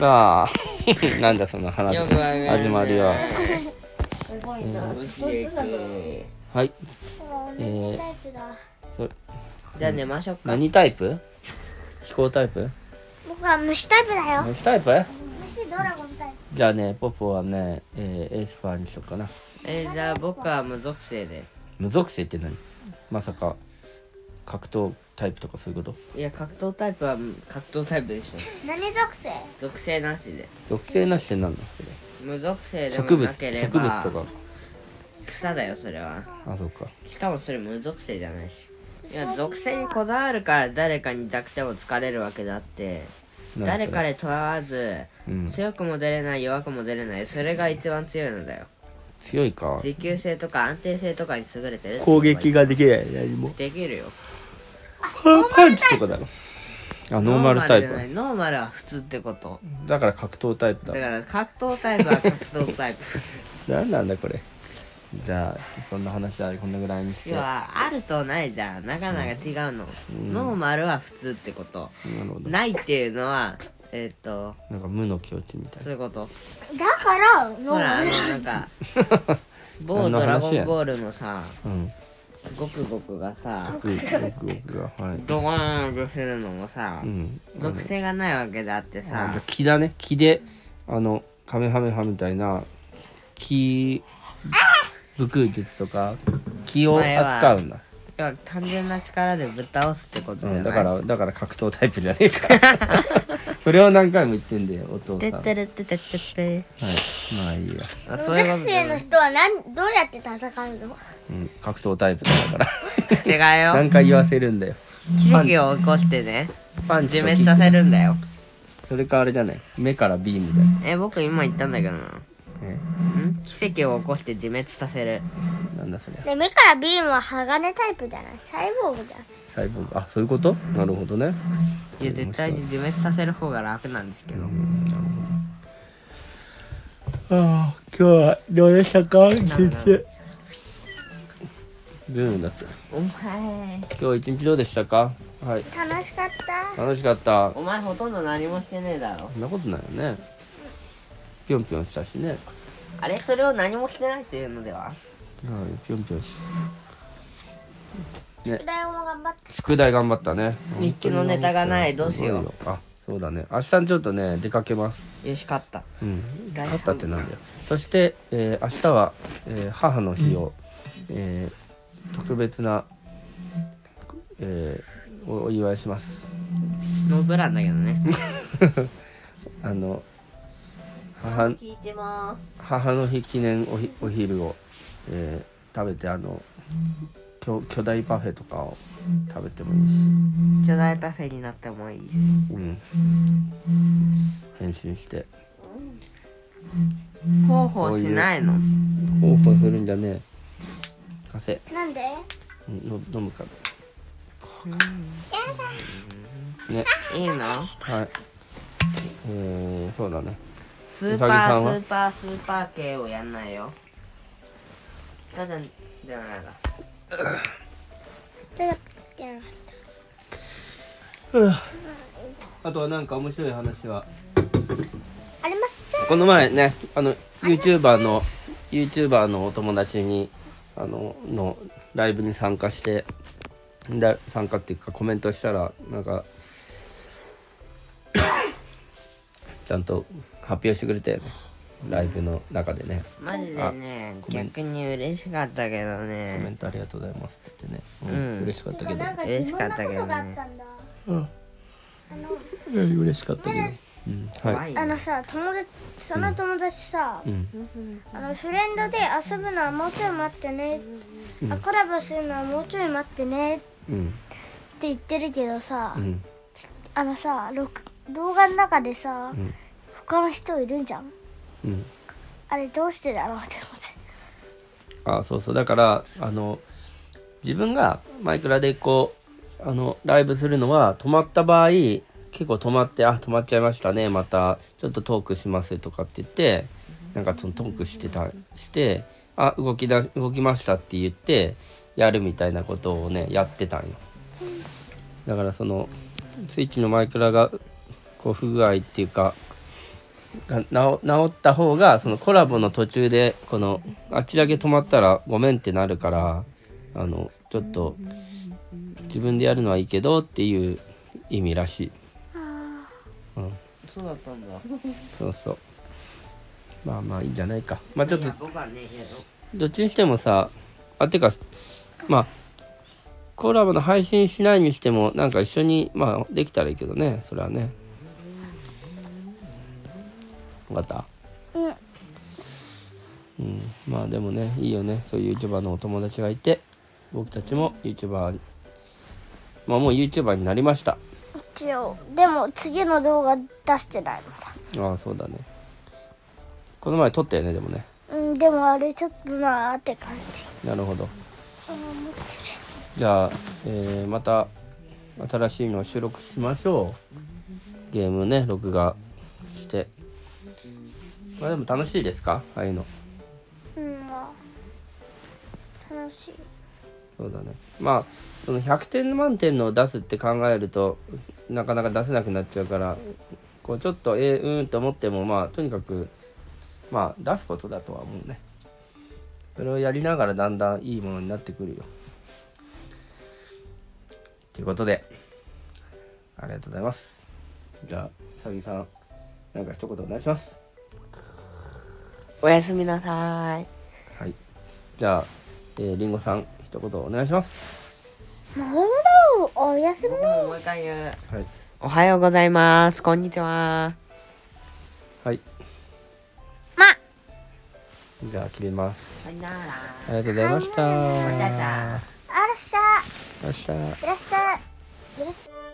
が なんだその話よくわかんない始まるよすごいな。おちょっしとげずくつだとはいもう同じタイプだ、そじゃあ寝ましょうか何タイプ飛行タイプ僕は虫タイプだよ虫タイプ虫ドラゴンタイじゃあねポポはね、えーエースパーにしようかなえーじゃあ僕は無属性で無属性って何まさか格闘タイプとかそういうこといや格闘タイプは格闘タイプでしょプ何属性属性なしで属性なしって何なの無属性で植も物なければ植物とか草だよそれはあそうかしかもそれ無属性じゃないしいや属性にこだわるから誰かに抱く手を疲れるわけだってなん誰それかで問わずうん強くも出れない弱くも出れないそれが一番強いのだよ強いか持久性とか安定性とかに優れてる攻撃ができない何もできるよパンチとかだろあノーマルタイノーマルじゃないプノーマルは普通ってことだから格闘タイプだだから格闘タイプは格 闘タイプ何なんだこれじゃあそんな話はこんなぐらいにして要なはあるとないじゃんなかなか違うの、ノーマルは普通ってことるほどないっていうのはえっ、となんか無の境地みたいそういうことだからほノらーマあのな んか某何のドラ話ゴやンボールのさなうんゴクゴクがさグーグーグーがはいドワーンとするのもさ、うん属性がないわけであってあさの木だね木であのカメハメハみたいな木武空術とか木を扱うんだ、要は単純な力でぶっ倒すってことうだよね、ん、だからだから格闘タイプじゃねえ かそれを何回も言ってんだよお父さてんってるってってってってはいまあいいや、あそうルいう無こ属性の人は何どうやって戦うのうん、格闘タイプだからと 違うよ何回言わせるんだよ奇跡を起こしてねパンチと自滅キさッせるんだよクそれかあれじゃない目からビームだよ、え僕今言ったんだけどなね、ん奇跡を起こして自滅させるなんだそれで目からビームは鋼タイプじゃないサイボーグじゃん細胞があそういうことなるほどねいや絶対に自滅させる方が楽なんですけどああ今日はどうでしたか一日ブームだってお前今日一日どうでしたかはい楽しかった楽しかったお前ほとんど何もしてねえだろそんなことないよねぴょんぴょんしたしねはいあれそれを何もしてないっていうのではぴょんぴょんし宿題も頑張っ宿題頑張ったね日記のネタがない本当に頑張ったすごいよあそうだね明日ちょっとね出かけますよし勝ったうん第三勝ったってなんだよそして、えー明日は、えー母の日を、えー特別な、えーおお祝いしますノープランだけどねあの母聞いてます。母の日記念おひお昼を、えー食べてあの巨巨大パフェとかを食べてもいいし、巨大パフェになってもいいしうん、変身して方法しないのほうほうするんじゃねえ貸せたなんでうんの飲むからねいいのはい。えー、そうだね。スーうさぎさパんはースーパースーパー系をやんないよただじゃないかただじゃなかっあとはなんか面白い話は。たありますじゃこの前ね、あの、YouTuber の、YouTuber のお友達に、あの、のライブに参加して、だ参加っていうかコメントしたら、なんか、ちゃんと発表してくれたよね。ライブの中でね。マジでねめん逆に嬉しかったけどコメねントありがとうございますって言ってね。うん嬉しかったけど。なんか嬉いしろんかっなたこけとどねがあったんだうん、嬉しかったけど。うん、怖はい。いあねのさ友達その友達さ、うん。あのフレンドで遊ぶのはもうちょい待ってね、あコラボするのはもうちょい待ってねってうん。言ってるけどさ、うん。あのさ録動画の中でさ、ん他の人いるんじゃんうん。あれどうしてだろうって思ってあそうそうだからあの自分がマイクラでこうあのライブするのは止まった場合結構止まって「あ止まっちゃいましたねまたちょっとトークします」とかって言ってなんかそのトークしてたして「あ動きだ動きました」って言ってやるみたいなことをねやってたんよ。だからそのスイッチのマイクラがこう不具合っていうかが直直った方がそのコラボの途中でこのあっちだけ止まったらごめんってなるからあのちょっと自分でやるのはいいけどっていう意味らしい。うん、そうだったんだそうそう。まあまあいいんじゃないか。まあちょっと僕はねえよどっちにしてもさあてかまあコラボの配信しないにしてもなんか一緒にまあできたらいいけどねそれはね分かったうんうんまあでもねいいよねそういう YouTuber のお友達がいて僕たちも YouTuber にまあもう YouTuber になりました一応でも次の動画出してないみああそうだねこの前撮ったよねでもねたいうんでもあれちょっとなーって感じなるほどじゃあ、えーまた新しいのを収録しましょうゲームね録画してまあでも楽しいですかああいうのうんまあ楽しいそうだねまあその100点満点のを出すって考えるとなかなか出せなくなっちゃうからこうちょっとえー、うーんと思ってもまあとにかくまあ出すことだとは思うねそれをやりながらだんだんいいものになってくるよということでありがとうございますじゃあさぎさんなんか一言お願いしますおやすみなさいはいじゃあ、えー、りんごさん一言お願いしますなるほどおやすみ僕ももう一回言うはいおはようございますこんにちははいまじゃあ切りますさよならありがとうございました。たああらっしゃりがとうございました。いらっしゃいいらっしゃい